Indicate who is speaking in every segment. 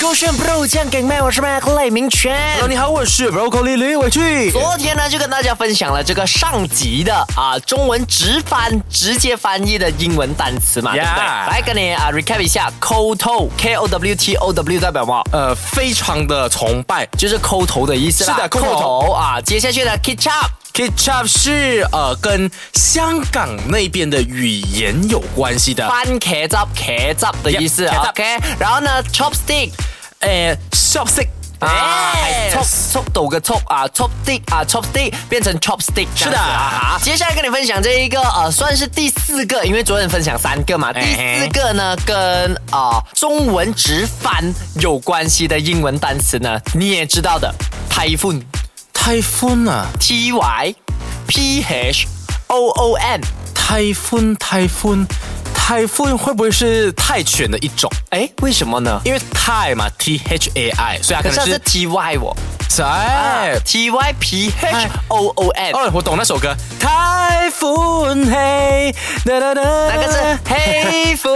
Speaker 1: 勾选 Bro 酱给麦，我是 Mac 赖明全。
Speaker 2: Hello，你好，我是 Broccoli 李伟俊。
Speaker 1: 昨天呢，就跟大家分享了这个上集的啊、中文直翻直接翻译的英文单词嘛
Speaker 2: Yeah
Speaker 1: 对不对？来跟你啊、recap 一下，cold toe K O W T O W 代表什么？
Speaker 2: 呃，非常的崇拜
Speaker 1: 就是抠头的意思啦。
Speaker 2: 是的抠头
Speaker 1: 啊。接下去呢，kitch up。
Speaker 2: ，Ketchup 是呃跟香港那边的语言有关系的。
Speaker 1: 翻茄汁，茄汁的意思
Speaker 2: Yep，茄汁
Speaker 1: OK，然后呢，chopstick，
Speaker 2: 诶 s h o p s i c
Speaker 1: 啊，
Speaker 2: 呃哎
Speaker 1: 速速度的速啊，chopstick 啊，chopstick 变成 chopstick，这
Speaker 2: 是
Speaker 1: 样子
Speaker 2: 的
Speaker 1: 啊哈。接下来跟你分享这一个呃，算是第四个，因为昨天分享三个嘛，第
Speaker 2: 哎嘿
Speaker 1: 四个呢跟啊、中文直翻有关系的英文单词呢，你也知道的，typhoon，t
Speaker 2: 泰风啊，
Speaker 1: y p h o o n，
Speaker 2: 泰风泰风泰风会不会是泰犬的一种？
Speaker 1: 哎，为什么呢？
Speaker 2: 因为泰嘛，T H A I，所以它
Speaker 1: 可
Speaker 2: 可
Speaker 1: 是它
Speaker 2: 能
Speaker 1: 是
Speaker 2: 是
Speaker 1: t y 我、
Speaker 2: 哎。
Speaker 1: t y p h
Speaker 2: 哎
Speaker 1: o o n。
Speaker 2: 哦，我懂那首歌，泰风嘿，哒哒哒，
Speaker 1: 那
Speaker 2: 那。
Speaker 1: 个是黑粉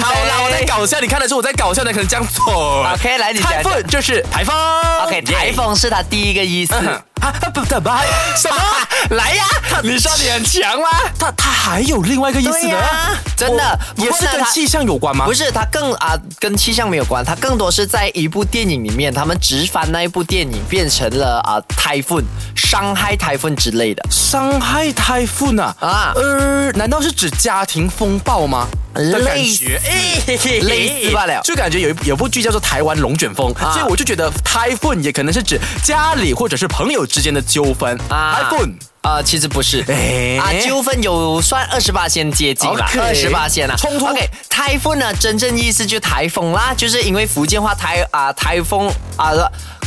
Speaker 2: 好啦，我在。搞笑，你看得出我在搞笑，你可能这样错。
Speaker 1: OK，来你讲
Speaker 2: 台风就是台风。
Speaker 1: OK，台。风是它第一个意思。
Speaker 2: 啊不不不，什么？来呀！你说你很强吗？它它还有另外一个意思
Speaker 1: 对
Speaker 2: 呢
Speaker 1: 呀，真的
Speaker 2: 哦也
Speaker 1: 不过
Speaker 2: 是
Speaker 1: 呢
Speaker 2: 跟
Speaker 1: 它
Speaker 2: 气象有关吗？
Speaker 1: 不是，它更啊、跟气象没有关，它更多是在一部电影里面，他们直翻那一部电影变成了啊、台风、伤害台风之类的。
Speaker 2: 伤害台风啊
Speaker 1: 啊
Speaker 2: 啊！呃，难道是指家庭风暴吗？的感
Speaker 1: 类似
Speaker 2: 觉， 哎
Speaker 1: 类似罢了
Speaker 2: 就感觉有一有部剧叫做《台湾龙卷风》，
Speaker 1: 啊
Speaker 2: 所以我就觉得台风也可能是指家里或者是朋友之间的纠纷。台风，
Speaker 1: 啊、其实不是，
Speaker 2: 哎
Speaker 1: 啊，纠纷有算二十八线接近吧，二十
Speaker 2: OK
Speaker 1: 八线啊，
Speaker 2: 冲突
Speaker 1: OK，台风呢，真正意思就台风啦，就是因为福建话台啊台风啊，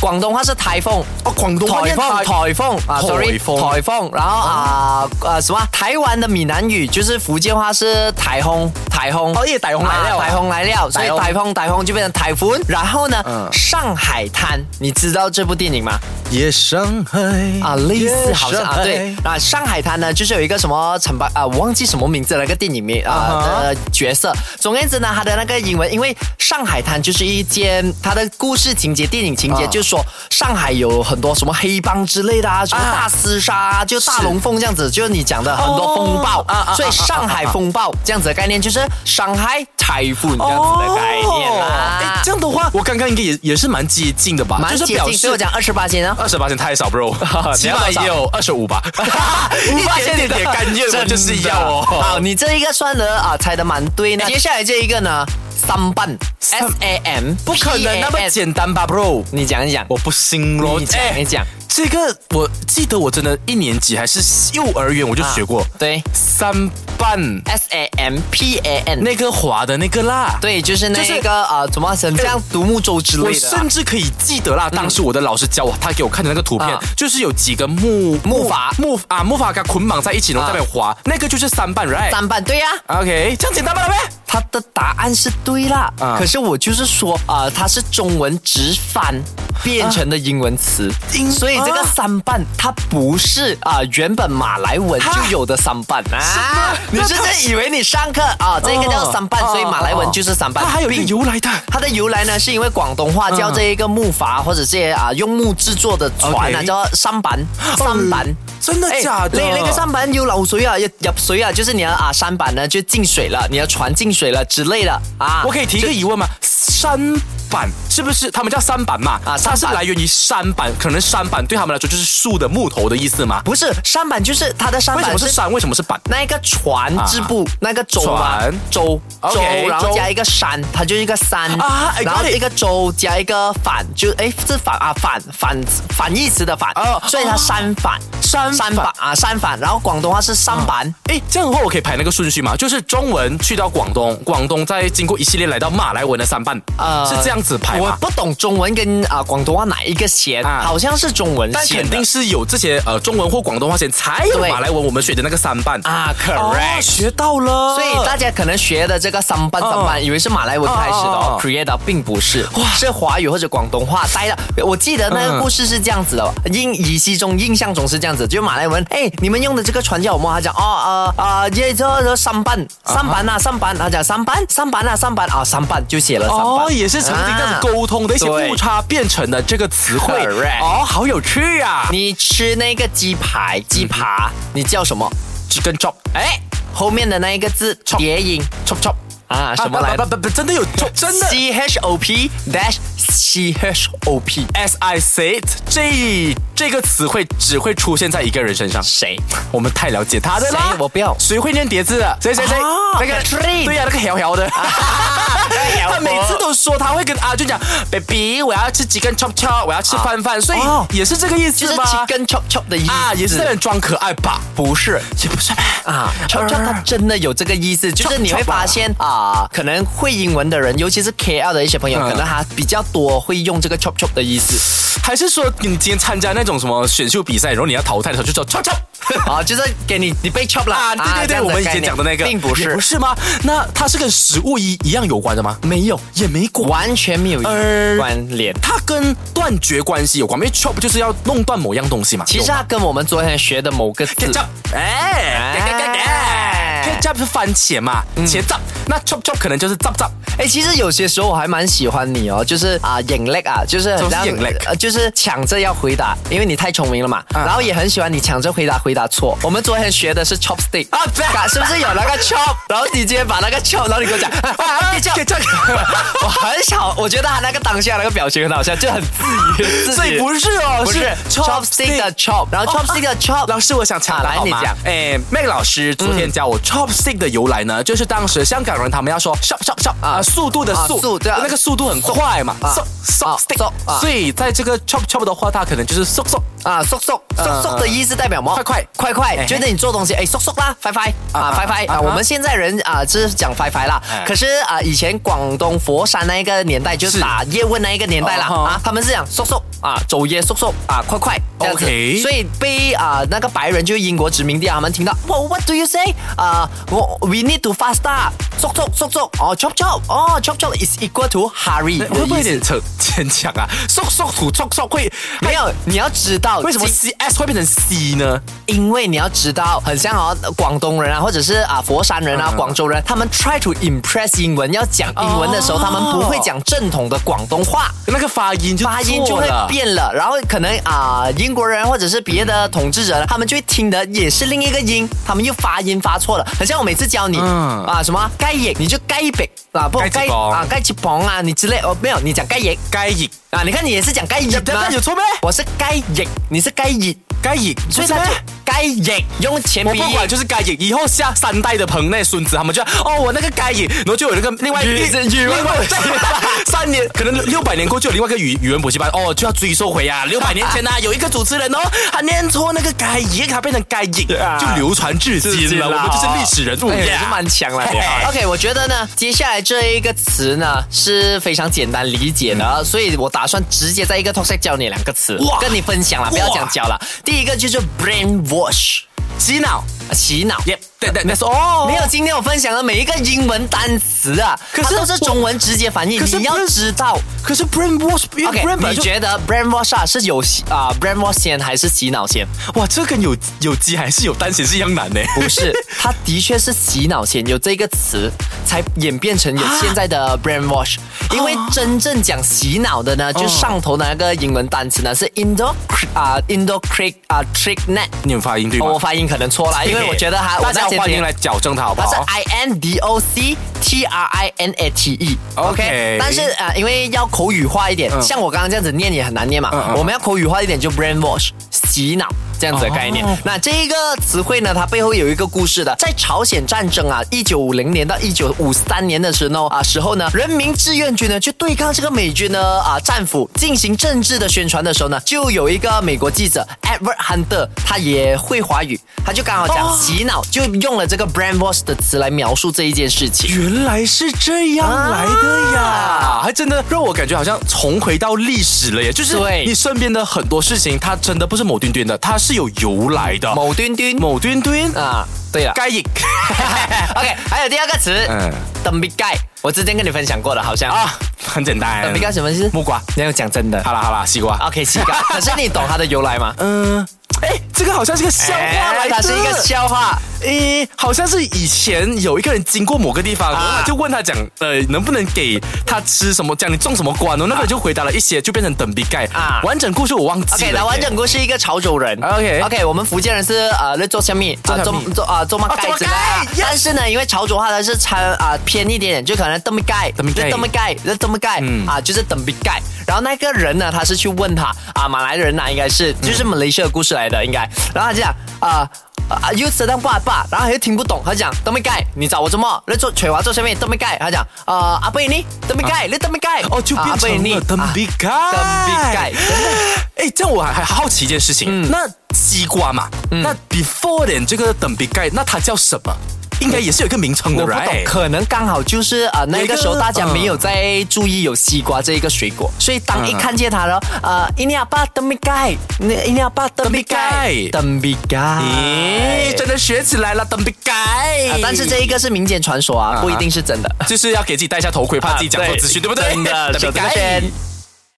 Speaker 1: 广东话是台风，
Speaker 2: 哦，广东话
Speaker 1: 台
Speaker 2: 念
Speaker 1: 风，台风啊
Speaker 2: 台
Speaker 1: ，sorry，
Speaker 2: 风
Speaker 1: 台风，然后啊啊什么啊？台湾的闽南语就是福建话是台风，台风，
Speaker 2: 哦也台风来了啊
Speaker 1: 台风来了，所以
Speaker 2: 台风
Speaker 1: 台风台风就变成台风。然后呢
Speaker 2: 嗯，
Speaker 1: 上海滩，你知道这部电影吗？
Speaker 2: 夜上海
Speaker 1: 啊，类似好像啊，对。啊，上海滩呢，就是有一个什么陈白啊，我忘记什么名字了，那个电影名啊、
Speaker 2: 啊哈
Speaker 1: 的角色。总而言之呢，他的那个英文，因为上海滩就是一间他的故事情节、电影情节，
Speaker 2: 啊
Speaker 1: 就是说上海有很多什么黑帮之类的啊，什么
Speaker 2: 啊
Speaker 1: 大厮杀、啊，就大龙凤这样子，就是你讲的很多风暴，
Speaker 2: 啊啊啊
Speaker 1: 所以上海风暴这样子的概念就是上海台风这样子的概念
Speaker 2: 哦哎
Speaker 1: 啦。
Speaker 2: 这样的话，我刚刚应该也也是蛮接近的吧？
Speaker 1: 蛮
Speaker 2: 就是
Speaker 1: 接
Speaker 2: 表
Speaker 1: 近，所以我
Speaker 2: 示
Speaker 1: 讲二十八先啊。
Speaker 2: 二十八太少，bro，起 码也有二十五吧，
Speaker 1: 一
Speaker 2: 一点点甘愿我就是要哦。
Speaker 1: 好，你这一个算的啊，猜的蛮对呢。接下来这一个呢，三瓣 S A M，
Speaker 2: 不可能那么，简单吧，bro？
Speaker 1: 你讲一讲，
Speaker 2: 我不信咯，
Speaker 1: 你讲
Speaker 2: 哎
Speaker 1: 你讲，
Speaker 2: 这个我记得我真的一年级还是幼儿园我就学过，
Speaker 1: 啊对
Speaker 2: 三瓣
Speaker 1: ，S A M P A N，
Speaker 2: 那个滑的那个啦，，
Speaker 1: 对，就是那
Speaker 2: 就是哎
Speaker 1: 个啊，怎么很像独木舟之
Speaker 2: 我
Speaker 1: 类的啦啊嗯
Speaker 2: 甚。至可以记得啦，当时我的老师教我，他给我看的那个图片
Speaker 1: 啊，
Speaker 2: 就是有几个木
Speaker 1: 木筏
Speaker 2: 木啊木筏给它捆绑在一起，然后
Speaker 1: 啊
Speaker 2: 在那边滑，那个就是三瓣，right？
Speaker 1: 三瓣对呀、
Speaker 2: OK，这样简单吧，老妹？
Speaker 1: 他的答案是对啦。
Speaker 2: 啊
Speaker 1: 可是我就是说啊、它是中文直翻变成的英文词，
Speaker 2: 英
Speaker 1: 所以这个
Speaker 2: 啊
Speaker 1: 三瓣它不是啊、原本马来文
Speaker 2: 哈
Speaker 1: 就有的三瓣啊
Speaker 2: 吗。
Speaker 1: 你
Speaker 2: 那
Speaker 1: 真
Speaker 2: 它
Speaker 1: 的以为你上课啊、这个叫三瓣，
Speaker 2: 哦
Speaker 1: 所以马来文就是三瓣。
Speaker 2: 它啊还有一个
Speaker 1: 并
Speaker 2: 由来的。
Speaker 1: 它的由来呢，是因为广东话叫这一个木筏或者这些啊用木制作的船啊
Speaker 2: OK
Speaker 1: 叫三板，三板。
Speaker 2: 真的
Speaker 1: 哎
Speaker 2: 假的？
Speaker 1: 那那个三板有漏水啊，有入水啊，就是你的啊三板呢就进水了，你的船进水了之类的啊。
Speaker 2: 我可以提一个疑问吗？三板是不是他们叫三板嘛？
Speaker 1: 啊
Speaker 2: 它
Speaker 1: 三
Speaker 2: 是
Speaker 1: 板
Speaker 2: 来源于三板，可能三板对他们来说就是树的木头的意思嘛？
Speaker 1: 不是三板，就是它的三
Speaker 2: 为什
Speaker 1: 板
Speaker 2: 么是山？为什么是板？
Speaker 1: 那一个船支部、那个舟嘛
Speaker 2: 船，
Speaker 1: 舟舟
Speaker 2: OK，，
Speaker 1: 然后
Speaker 2: 舟
Speaker 1: 加一个山，它就是一个山
Speaker 2: 啊，I got
Speaker 1: 然后
Speaker 2: it
Speaker 1: 一个舟加一个反，就哎是反啊反反反义词的反
Speaker 2: 哦
Speaker 1: 所以它
Speaker 2: 哦
Speaker 1: 山反
Speaker 2: 山
Speaker 1: 山
Speaker 2: 板
Speaker 1: 反啊山反，然后广东话是三板。
Speaker 2: 哎，这样的话我可以排那个顺序吗？就是中文去到广东，广东再经过一系列来到马来文的三瓣，
Speaker 1: 呃
Speaker 2: 是这样子排
Speaker 1: 我
Speaker 2: 吗？
Speaker 1: 不懂中文跟啊、广东话哪一个先，
Speaker 2: 啊
Speaker 1: 好像是中文啊
Speaker 2: 但
Speaker 1: 先
Speaker 2: 肯
Speaker 1: 的
Speaker 2: 定是有这些呃中文或广东话先才有
Speaker 1: 对
Speaker 2: 马来文我们学的那个三瓣
Speaker 1: 啊
Speaker 2: 哦
Speaker 1: ，correct。
Speaker 2: 学到了。
Speaker 1: 所以大家可能学的这个三班三班，
Speaker 2: 嗯
Speaker 1: 以为是马来文开始的哦
Speaker 2: 嗯嗯嗯
Speaker 1: ，create 的并不是，是
Speaker 2: 嗯
Speaker 1: 华语或者广东话带的。我记得那个故事是这样子的，印以其中印象中是这样子，子，就马来
Speaker 2: 嗯
Speaker 1: 文，哎，你们用的这个船叫什么？他讲哦呃啊，这这这三班三班啊三班，他讲三班三班啊三班啊三班就写了三班，
Speaker 2: 哦，也是曾经这样
Speaker 1: 啊
Speaker 2: 子沟通的一些
Speaker 1: 对
Speaker 2: 误差变成的这个词汇
Speaker 1: Correct
Speaker 2: 哦，好有趣啊！
Speaker 1: 你吃那个鸡排鸡
Speaker 2: 嗯
Speaker 1: 扒，你叫什么？
Speaker 2: 只跟 chop
Speaker 1: 哎，后面的那一个字叠音
Speaker 2: chop chop
Speaker 1: 啊，什么来
Speaker 2: 不不不，真的有 chop，真的。
Speaker 1: ？C H O P dash C H O P
Speaker 2: As I said，这这个词汇只会出现在一个人身上。
Speaker 1: 谁？
Speaker 2: 我们太了解他的啦
Speaker 1: 谁，我不要
Speaker 2: 谁会念叠字啊的？谁谁谁
Speaker 1: 啊？
Speaker 2: 那个
Speaker 1: Catherine 哎
Speaker 2: 对呀，那个摇摇的。
Speaker 1: 摇
Speaker 2: 他每次都说他会跟阿俊讲，baby，我要吃几根 chop chop，我要吃饭饭，所以
Speaker 1: 哦
Speaker 2: 也啊是这个意思
Speaker 1: 就是
Speaker 2: 吗？
Speaker 1: chicken chop chop 的意思
Speaker 2: 啊，也是在那装可爱吧？
Speaker 1: 不是
Speaker 2: 这不是吧？
Speaker 1: 啊，chop chop 它真的有这个意思，就是你
Speaker 2: chop
Speaker 1: 会发现啊，可能会英文的人，尤其是 KL 的一些朋友，
Speaker 2: 嗯
Speaker 1: 可能他比较多会用这个 chop chop 的 意思
Speaker 2: 还是说你今天参加那种什么选秀比赛，然后你要淘汰的时候就叫 chop chop？
Speaker 1: 啊，就是给你你被 chop 了
Speaker 2: 啊，对对
Speaker 1: 这
Speaker 2: 对，
Speaker 1: 样
Speaker 2: 我
Speaker 1: 的
Speaker 2: 们以前
Speaker 1: 概念
Speaker 2: 讲的那个，
Speaker 1: 并不
Speaker 2: 也
Speaker 1: 是
Speaker 2: 不，是吗？那它是跟食物一一样有关的吗？
Speaker 1: 没有，
Speaker 2: 也没关，
Speaker 1: 完全没有
Speaker 2: 呃
Speaker 1: 关联。
Speaker 2: 它跟断绝关系有关，因为 chop 就是要弄断某样东西嘛。
Speaker 1: 其实它跟我们昨天学的某个字
Speaker 2: ketchup，哎
Speaker 1: 哎
Speaker 2: 哎，ketchup 是番茄嘛，茄汁，那 chop chop 可能就是 chop chop。
Speaker 1: 哎、其实有些时候我还蛮喜欢你哦，就是啊、眼泪啊，就是很像
Speaker 2: 什么是眼泪
Speaker 1: 呃，就是抢着要回答，因为你太聪明了嘛。
Speaker 2: 啊
Speaker 1: 然后也很喜欢你抢着回答，回答错。我们昨天学的是 chopstick
Speaker 2: 啊对
Speaker 1: 啊，是不是有那个 chop？然后你今天把那个 chop，然后你跟我讲啊啊 ketchup，我 很少，我觉得他那个当下那个表情很好笑，就很自娱自
Speaker 2: 所以
Speaker 1: 己。
Speaker 2: 不是哦，
Speaker 1: 不是 chopstick 的 chop，然后 chopstick 的 chop，
Speaker 2: 老师，我想抢
Speaker 1: 啊
Speaker 2: 答
Speaker 1: 来
Speaker 2: 好吗
Speaker 1: 你讲
Speaker 2: 哎，Mac 老师昨天教我 chopstick 的由来呢，就是当时香港人他们要说 chop chop chop 啊，速度的
Speaker 1: 啊
Speaker 2: 速，
Speaker 1: 速对啊
Speaker 2: 那个速度很快嘛
Speaker 1: 啊
Speaker 2: ，chop
Speaker 1: 啊
Speaker 2: chop
Speaker 1: chop，啊
Speaker 2: stick。所以在这个 chop chop 的话，它可能就是 chop chop
Speaker 1: 啊，速速速速的意思代表什么？
Speaker 2: 快快
Speaker 1: 快快，
Speaker 2: 哎
Speaker 1: 觉得你做东西，哎，速速啦，快快
Speaker 2: 啊
Speaker 1: 啊，快快
Speaker 2: 啊
Speaker 1: 啊！
Speaker 2: 啊
Speaker 1: 我们现在人啊，就是讲快快啦
Speaker 2: 哎。
Speaker 1: 可是啊，以前广东佛山那一个年代，就是
Speaker 2: 是
Speaker 1: 打叶问那一个年代啦
Speaker 2: 哦
Speaker 1: 啊，他们是讲速速啊，走耶速速啊，快快这样子。
Speaker 2: OK
Speaker 1: 所以被啊那个白人就是英国殖民地啊，他们听到 What What do you say？啊，我 We need to faster，速速速速哦，chop chop 哦，chop chop is equal to hurry 的
Speaker 2: 哎会不会有
Speaker 1: 意思。
Speaker 2: 点逞牵强啊？chop chop 土 chop chop 会
Speaker 1: 没有，你要知道
Speaker 2: 为什么
Speaker 1: 今
Speaker 2: C S 会变成 C 呢？
Speaker 1: 因为你要知道，很像哦，广东人啊，或者是啊佛山人啊、
Speaker 2: 嗯
Speaker 1: 广州人，他们 try to impress 英文，要讲英文的时候，
Speaker 2: 哦
Speaker 1: 他们不会讲正统的广东话。
Speaker 2: 那个发音就
Speaker 1: 发音就
Speaker 2: 错
Speaker 1: 会
Speaker 2: 了
Speaker 1: 变了，然后可能啊、英国人或者是别的统治者，他们就会听的也是另一个音，他们又发音发错了。很像我每次教你、
Speaker 2: 嗯
Speaker 1: 啊什么盖野，你就盖北啊，不
Speaker 2: 盖吉蓬
Speaker 1: 啊盖起棚啊，你之类哦，没有，你讲盖野
Speaker 2: 该译
Speaker 1: 啊，你看你也是 讲盖野
Speaker 2: 这
Speaker 1: 吗
Speaker 2: 样？有错咩？
Speaker 1: 我是盖野，你是盖野，
Speaker 2: 该译，
Speaker 1: 所以
Speaker 2: 不是
Speaker 1: 他就
Speaker 2: 咩
Speaker 1: 盖野用前
Speaker 2: 我
Speaker 1: 鼻
Speaker 2: 不
Speaker 1: 音
Speaker 2: 管，。就是该隐。以后下三代的朋那孙子，他们就哦，我那个该隐，然后就有那个另外
Speaker 1: 语
Speaker 2: 一
Speaker 1: 文语文
Speaker 2: 另外
Speaker 1: 补习班
Speaker 2: 对三年，可能六百年过去有另外一个语语文补习班，哦，就要追溯回啊，六百年前呐、有一个主持人哦，他念错那个该隐，他变成该隐，
Speaker 1: 啊
Speaker 2: 就流传至
Speaker 1: 至
Speaker 2: 今
Speaker 1: 今
Speaker 2: 了。
Speaker 1: 了
Speaker 2: 我们就是历史人物，
Speaker 1: 啊哎也
Speaker 2: 呀
Speaker 1: 是蛮强了哎
Speaker 2: 嘿嘿
Speaker 1: OK，我觉得呢，接下来这一个词呢是非常简单理解的，所以我打算直接在一个 talk 教你两个词
Speaker 2: 嗯哇，
Speaker 1: 跟你分享了，不要
Speaker 2: 哇
Speaker 1: 讲教了。第一个就是 brain wash，
Speaker 2: 洗脑
Speaker 1: 洗脑。
Speaker 2: ，Yep，对对，那是哦，
Speaker 1: 没有，今天我分享的每一个英文单词啊，
Speaker 2: 可是
Speaker 1: 它都是
Speaker 2: 我
Speaker 1: 中文直接翻译，
Speaker 2: 可是
Speaker 1: 你要
Speaker 2: 不是
Speaker 1: 知道。
Speaker 2: 可是 brainwash，因为
Speaker 1: OK，
Speaker 2: brain 本来
Speaker 1: 你
Speaker 2: 就
Speaker 1: 觉得 brain wash 啊是有洗啊 brain wash 先还是洗脑先？
Speaker 2: 哇，这跟有有鸡还是有单写是一样难呢？
Speaker 1: 不是，它的确是洗脑前有这个词，才演变成有现在
Speaker 2: 啊
Speaker 1: 的 brainwash。因为真正讲洗脑的呢，就上头的那个英文单词呢是 indo 啊 indo trick 啊 trick net，
Speaker 2: 你有发音对吗？
Speaker 1: 哦我发音可能错了，因为我觉得它我
Speaker 2: 大
Speaker 1: 那
Speaker 2: 家
Speaker 1: 些
Speaker 2: 欢迎来矫正它，好不
Speaker 1: 它是
Speaker 2: 好？
Speaker 1: I N D O C T R I N A T E。
Speaker 2: OK 嗯
Speaker 1: 但是啊、呃因为要口语化一点，像我刚刚这样子念也很难念嘛。
Speaker 2: 嗯嗯
Speaker 1: 我们要口语化一点，就 brainwash 洗脑这样子的概念。
Speaker 2: 哦
Speaker 1: 那这一个词汇呢，它背后有一个故事的。在朝鲜战争啊，一九五零年到一九五三年的时候啊时候呢，人民志愿军呢去对抗这个美军呢啊战俘进行政治的宣传的时候呢，就有一个美国记者 Edward Hunter，他也会华语，他就刚好讲
Speaker 2: 哦
Speaker 1: 洗脑，就用了这个 brainwash 的词来描述这一件事情。
Speaker 2: 原来是这样来的呀！
Speaker 1: 啊
Speaker 2: 还真的让我感觉好像重回到历史了耶。就是
Speaker 1: 对
Speaker 2: 你身边的很多事情，它真的不是某墩墩的，它是有由来的。
Speaker 1: 某墩墩
Speaker 2: 某墩墩啊，
Speaker 1: 啊，对了
Speaker 2: 该隐
Speaker 1: ，OK，还有第二个词，嗯
Speaker 2: 嗯，
Speaker 1: 等比盖，我之前跟你分享过了，好像啊，
Speaker 2: 啊，很简单
Speaker 1: 等比。盖什么意思？
Speaker 2: 木瓜，
Speaker 1: 没有讲真的。啊
Speaker 2: 好啦好啦，西瓜。
Speaker 1: OK，西瓜，可是你懂它的由来吗？
Speaker 2: 嗯，哎，这个好像是个笑话来的，
Speaker 1: 哎它是一个笑话。
Speaker 2: 诶，好像是以前有一个人经过某个地方，
Speaker 1: 啊
Speaker 2: 就问他讲，呃，能不能给他吃什么？讲你中什么官哦？那个人就回答了一些，就变成等比盖啊。
Speaker 1: 啊
Speaker 2: 完整故事我忘记
Speaker 1: OK，
Speaker 2: 了。
Speaker 1: 那完整故事一个潮州人。
Speaker 2: OK
Speaker 1: OK，我们福建人是呃在做虾米
Speaker 2: 做
Speaker 1: 啊
Speaker 2: 虾
Speaker 1: 做
Speaker 2: 米
Speaker 1: 做啊做嘛
Speaker 2: 啊
Speaker 1: 盖
Speaker 2: 做
Speaker 1: 之类啊
Speaker 2: 盖，yes
Speaker 1: 但是呢，因为潮州话它是掺啊偏一点点，就可 能这么盖，
Speaker 2: 这么盖嗯
Speaker 1: 就这么盖，就这么盖啊，就是等比盖。然后那个人呢，他是去问他啊，马来人呐、应该是
Speaker 2: 嗯
Speaker 1: 就是马来西亚的故事来的应该，然后他就讲啊。啊，又舌当爸爸，然后他又听不懂，他讲都没盖，你找我做么？那做锤娃做下面都没盖，他讲啊，阿贝尼都没盖，你都没盖，啊
Speaker 2: 哦，就变成了等比盖。
Speaker 1: 等比盖，真的。
Speaker 2: 哎，这样我还还好奇一件事情，那西瓜嘛，那 before then 这个等比盖，那它叫什么？应该也是有一个名称的
Speaker 1: 我不懂，
Speaker 2: ，right？
Speaker 1: 可能刚好就是啊、呃那
Speaker 2: 有一
Speaker 1: 个
Speaker 2: 个
Speaker 1: 时候大家没有在注意有西瓜这一个水
Speaker 2: 嗯
Speaker 1: 果，所以当一看见它了，呃，一定要把灯比盖，那一定要把灯比盖，灯比盖。
Speaker 2: 咦，哎真的学起来了，等比盖
Speaker 1: 啊。
Speaker 2: 哎
Speaker 1: 但是这一个是 民间传说啊，不一定是真的。啊
Speaker 2: 啊就是要给自己戴一下头盔，怕自己讲错资讯，对不对？
Speaker 1: 真的，
Speaker 2: 等比
Speaker 1: 手这
Speaker 2: 盖
Speaker 1: 边。